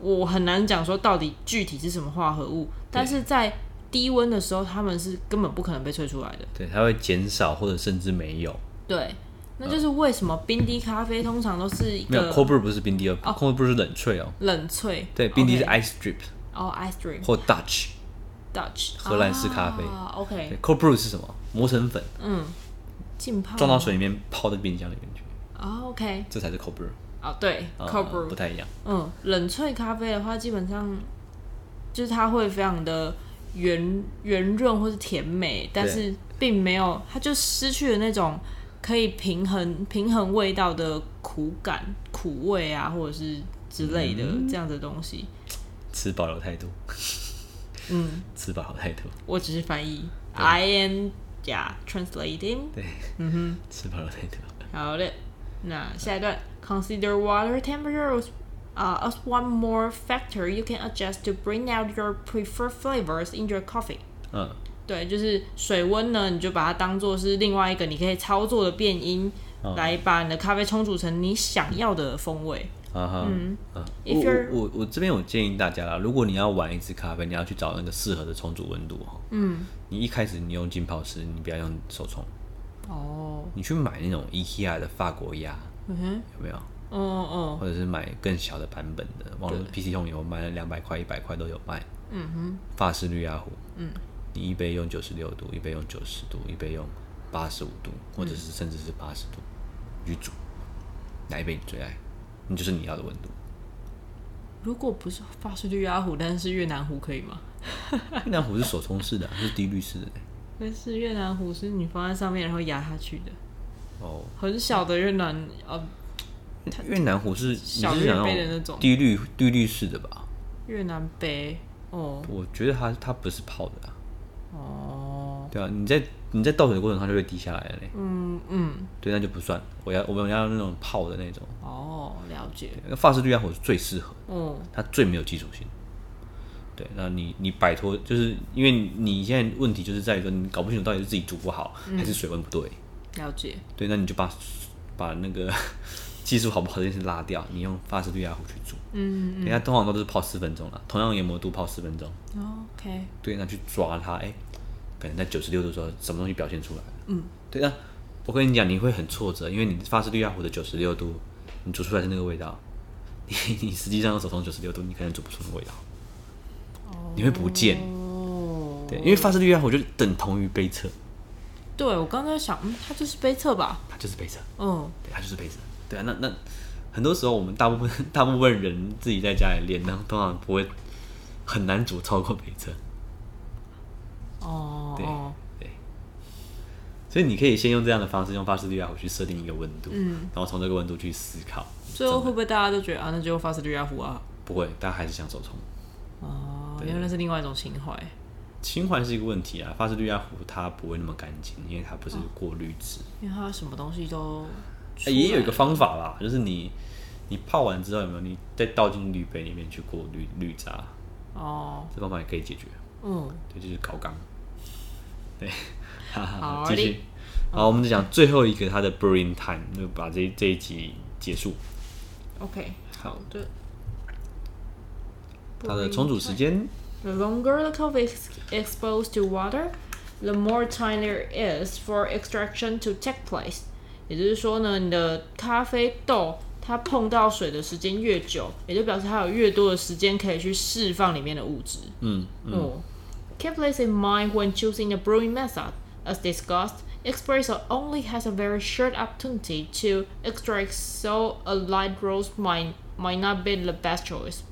我很难讲说到底具体是什么化合物。但是在低温的时候，它们是根本不可能被萃出来的。
对，它会减少或者甚至没有。
对，那就是为什么冰滴咖啡通常都是一
没有
个
，cold brew 不是冰滴哦，cold brew 是冷萃哦。
冷萃。
对，冰滴是
OK
ice drip
哦，ice cream
或 Dutch。
Dutch
荷兰式咖啡
啊 OK，
对，cold brew 是什么？磨成粉，
嗯浸泡
装到水里面泡到冰箱里面去，
哦 OK，
这才是 cold brew。
哦对
呃
，cold brew
不太一样。
嗯，冷萃咖啡的话，基本上就是它会非常的圆圆润或是甜美，但是并没有，它就失去了那种可以平衡平衡味道的苦感、苦味啊，或者是之类的、
嗯
这样的东西。
吃饱了态度，
嗯，
吃饱了态度，
我只是翻译，I am yeah translating。
吃饱了态度。
好的，那下一段，consider water temperature as, uh, as one more factor you can adjust to bring out your preferred flavors in your coffee。
嗯，
对，就是水温呢，你就把它当做是另外一个你可以操作的变音，来把你的咖啡冲煮成你想要的风味。
啊哈，嗯，
If
我
you're-
我我这边我建议大家啦，如果你要玩一支咖啡，你要去找那个适合的冲煮温度哈。嗯，你一开始你用浸泡式，你不要用手冲，
哦，
你去买那种 IKEA 的法国鸭，
嗯哼，
有没有？
哦哦，
或者是买更小的版本的，网络 PC 用有卖两百块、一百块都有卖。嗯哼，法式绿鸭壶，嗯，你一杯用九十六度，一杯用九十度，一杯用八十五度，
嗯
或者是甚至是八十度，你去煮，哪一杯你最爱？你就是你要的温 度。
如果不是法式绿鸭壶，但是越南壶可以吗？
越南壶是手冲式的啊，是低滤式的欸。
但是越南壶是你放在上面然后压下去的，
哦，
很小的越南呃
越南壶是你是
小
想
月杯的
那
那种
低滤低滤式的吧？
越南杯哦
我觉得它它不是泡的啊，
哦，
对啊，你在你在倒水的过程它就会滴下来了嘞。
嗯嗯
对，那就不算。我要我们要那种泡的那种，
哦，了解，
那法式绿鸭火是最适合，
嗯
它最没有基础性。对，那你你摆脱，就是因为你现在问题就是在于说，你搞不清楚到底是自己煮不好，
嗯
还是水温不对。
了解，
对，那你就把把那个 技术好不好这件事拉掉，你用法式绿鸭火去煮。
嗯
人家通常都是泡四分钟了，同样研磨度泡四分钟。
，OK，
对，那去抓它，哎、可能在九十六度的时候，什么东西表现出来？嗯，对，那我跟你讲，你会很挫折，因为你发誓绿亚壶的九十六度，你煮出来是那个味道，你你实际上用手冲九十六度，你可能煮不出那个味道，你会不见。
哦，
对，因为发誓绿亚壶就等同于杯测，
对我刚才想，嗯，它就是杯测吧，
它就是杯测，
嗯，
对，它就是杯测。对啊，那那很多时候我们大部分 大部分人自己在家里练，然后通常不会很难煮超过陪衬。
哦
对
哦，
对，所以你可以先用这样的方式，用发式率来回去设定一个温度，
嗯，
然后从这个温度去思考。
最后会不会大家都觉得啊，那就发射绿亚湖啊？
不会，大家还是想手冲。
哦，
对
因为那是另外一种情怀。
清环是一个问题啊，发式率压壶它不会那么干净，因为它不是过滤纸。
因为它什么东西都出
欸
来、
也有一个方法啦，就是你你泡完之后有没有，你再倒进滤杯里面去过滤滤渣，
哦，
这方法也可以解决。
嗯，
对，就是搞缸。对， 哈
好
哈，
嘞
继续。好，我们就讲最后一个它的 brewing time，就把这这一集结束。
OK，
好，
的。
它的冲煮时间
The longer the coffee is exposed to water, the more time there is for extraction to take place。也就是说呢，你的咖啡豆它碰到水的时间越久，也就表示它有越多的时间可以去释放里面的物质。
嗯
嗯 Keep this in mind when choosing the brewing method. As discussed, espresso only has a very short opportunity to extract, so a light roast might might not be the best choice.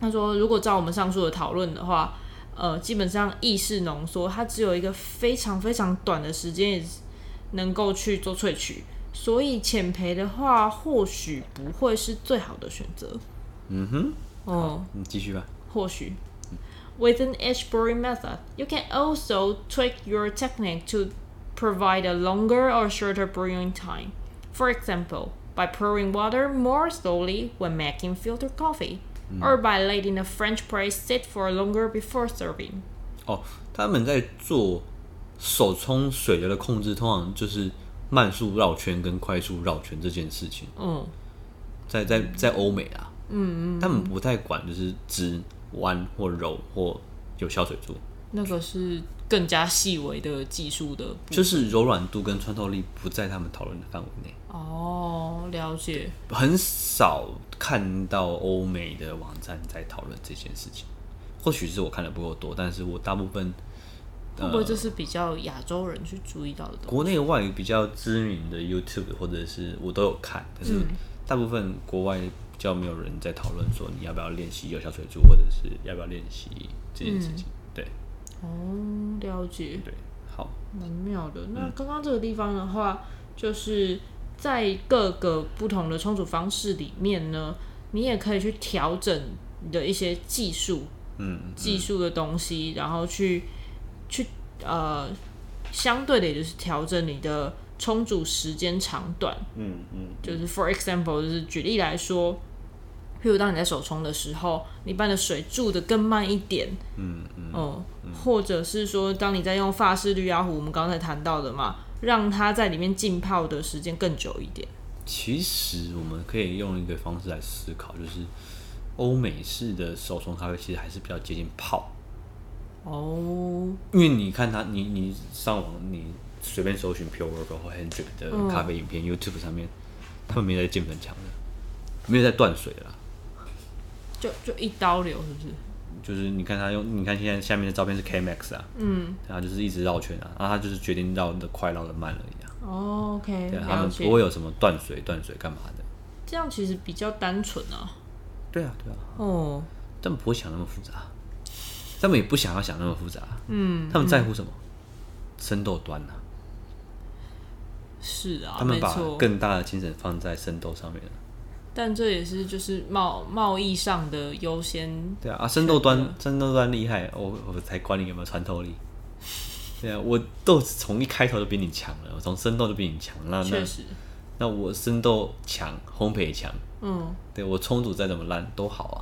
他说，如果照我们上述的讨论的话，呃，基本上意式浓缩它只有一个非常非常短的时间也能够去做萃取，所以浅培的话或许不会是最好的选择。
嗯哼，
哦，
你嗯继续吧。
或许。Within each brewing method, you can also tweak your technique to provide a longer or shorter brewing time. For example, by pouring water more slowly when making filtered coffee, or by letting the French press sit for longer before serving.
哦，他们在做手冲水流的控制，通常就是慢速绕圈跟快速绕圈这件事情。
嗯，
在在在欧美啊，嗯嗯，他们不太管就是直弯或柔或有效水柱，
那个是更加细微的技术的部
就是柔软度跟穿透力不在他们讨论的范围内，
哦，了解。
很少看到欧美的网站在讨论这件事情。或许是我看的不够多，但是我大部分
会不会这是比较亚洲人去注意到的东西？
国内外比较知名的 YouTube 或者是我都有看，但是大部分国外比较没有人在讨论说你要不要练习有效水柱，或者是要不要练习这件事情。对
哦，了解。
对，好，
蛮妙的。那
嗯
刚刚这个地方的话，就是在各个不同的冲煮方式里面呢，你也可以去调整你的一些技术，
嗯，
技术的东西，然后去去呃，相对的也就是调整你的冲煮时间长短。
嗯嗯。
就是 for example，就是举例来说，譬如当你在手冲的时候，你把你的水注的更慢一点，
嗯
嗯，哦、或者是说，当你在用法式绿鸭壶，我们刚才谈到的嘛，让它在里面浸泡的时间更久一点。
其实我们可以用一个方式来思考，就是欧美式的手冲咖啡其实还是比较接近泡，
哦，
因为你看它，你你上网你随便搜寻 Pure Work 或 Hendrick 的咖啡影片、YouTube 上面，他们没有在建粉墙的，没有在断水的啦。
就就一刀流，是不是？
就是你看他用，你看现在下面的照片是 K Max 啊，嗯，然后就是一直绕圈啊，然后他就是决定绕的快，绕的慢而已啊，
哦，OK，
对啊，他
了
们
解
不。会有什么断水、断水干嘛的，
这样其实比较单纯啊。
对啊，对啊，
哦，
他们不会想那么复杂，啊他们也不想要想那么复杂。嗯，他们在乎什么？
嗯
生豆端啊，
是啊，
他们
没
把
错。
更大的精神放在生豆上面啊了。
但这也是就是贸贸易上的优先
对啊，啊，生豆端，生豆端厉害，我我才管你有没有穿透力。对啊，我豆子从一开头就比你强了，我从生豆就比你强，那那
确实，
那我生豆强，烘焙强，
嗯，
对我冲煮再怎么烂都好啊。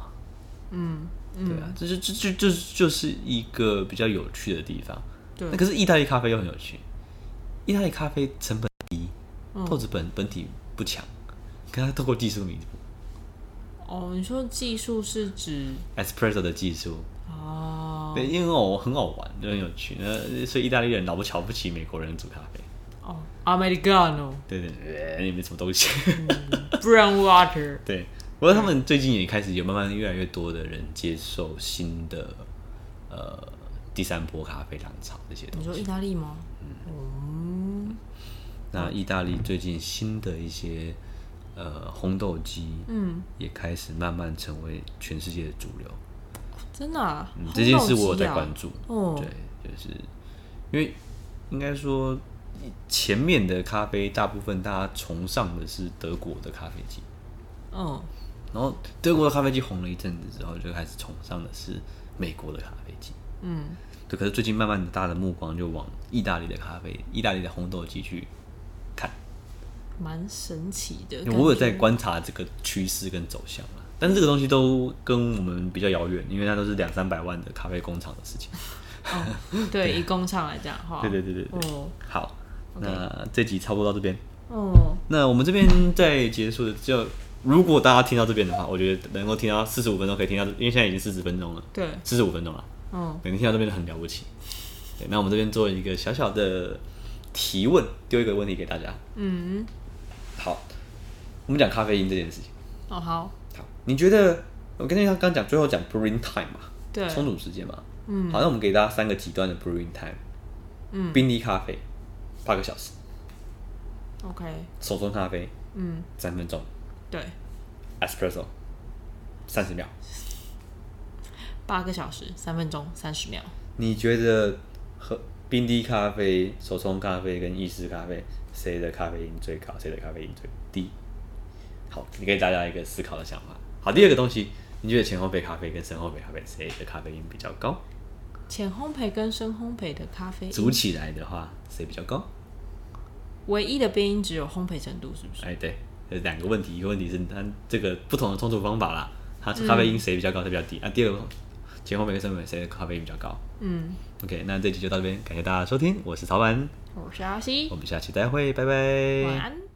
嗯，对啊，这就这就就就是一个比较有趣的地方。
对
那，可是意大利咖啡又很有趣，意大利咖啡成本低，豆子本本体不强，可它透过技术弥补
哦，你说技术是指
espresso 的技术，
哦
对，因为我很好玩，就很有趣。那所以意大利人老不瞧不起美国人煮咖啡，
哦，Americano
对对对，你们什么东西？
brown water，
对，不过他们最近也开始有慢慢越来越多的人接受新的呃第三波咖啡浪潮这些东
你
西。
说意大利吗？
嗯
嗯
那意大利最近新的一些呃烘豆机
嗯，
也开始慢慢成为全世界的主流。
真的、啊
嗯
烘，
这件事
豆机
我有在
啊
关注。
哦
对，，就是因为应该说前面的咖啡大部分大家崇尚的是德国的咖啡机，
嗯，
然后德国的咖啡机红了一阵子之后，就开始崇尚的是美国的咖啡机。
嗯，
对，可是最近慢慢的，大家的目光就往意大利的咖啡、意大利的红豆机去看。
蛮神奇的。感
我有在
觉
观察这个趋势跟走向啦，但这个东西都跟我们比较遥远，因为它都是两三百万的咖啡工厂的事情。
哦，对，以工厂来讲的话，
对对对对对。
哦
好，
OK
那这集差不多到这边。
哦，
那我们这边在结束的就，如果大家听到这边的话，我觉得能够听到四十五分钟，可以听到，因为现在已经四十分钟了，
对，
四十五分钟了，
嗯，
能听到这边很了不起。对，那我们这边做一个小小的提问，丢一个问题给大家。
嗯，
好，我们讲咖啡因这件事情。
哦好，
好，你觉得我跟他刚讲最后讲 brewing time 嘛，
对，
冲煮时间嘛，
嗯
好，那我们给大家三个极端的 brewing time，
嗯
冰滴咖啡八个小时，
，OK，
手冲咖啡
嗯，
三分钟
对，
，espresso 三十秒。
八个小时，三分钟，三十秒，
你觉得喝冰滴咖啡、手冲咖啡跟意式咖啡，谁的咖啡因最高，谁的咖啡因最低？好，你给大家一个思考的想法。好，第二个东西，你觉得前烘焙咖啡跟深烘焙咖啡谁的咖啡因比较高？
浅烘焙跟深烘焙的咖啡因，
组起来的话，谁比较高？
唯一的变因只有烘焙程度，是不是？
哎，对，这是两个问题，一个问题是它这个不同的冲煮方法啦，它咖啡因谁比较高，谁比较低？啊，第二个前烘焙跟深烘焙谁的咖啡因比较高
嗯，
？OK，那这集就到这边，感谢大家的收听，我是曹凡，
我是阿西
我，们下期再会，拜拜。
晚安。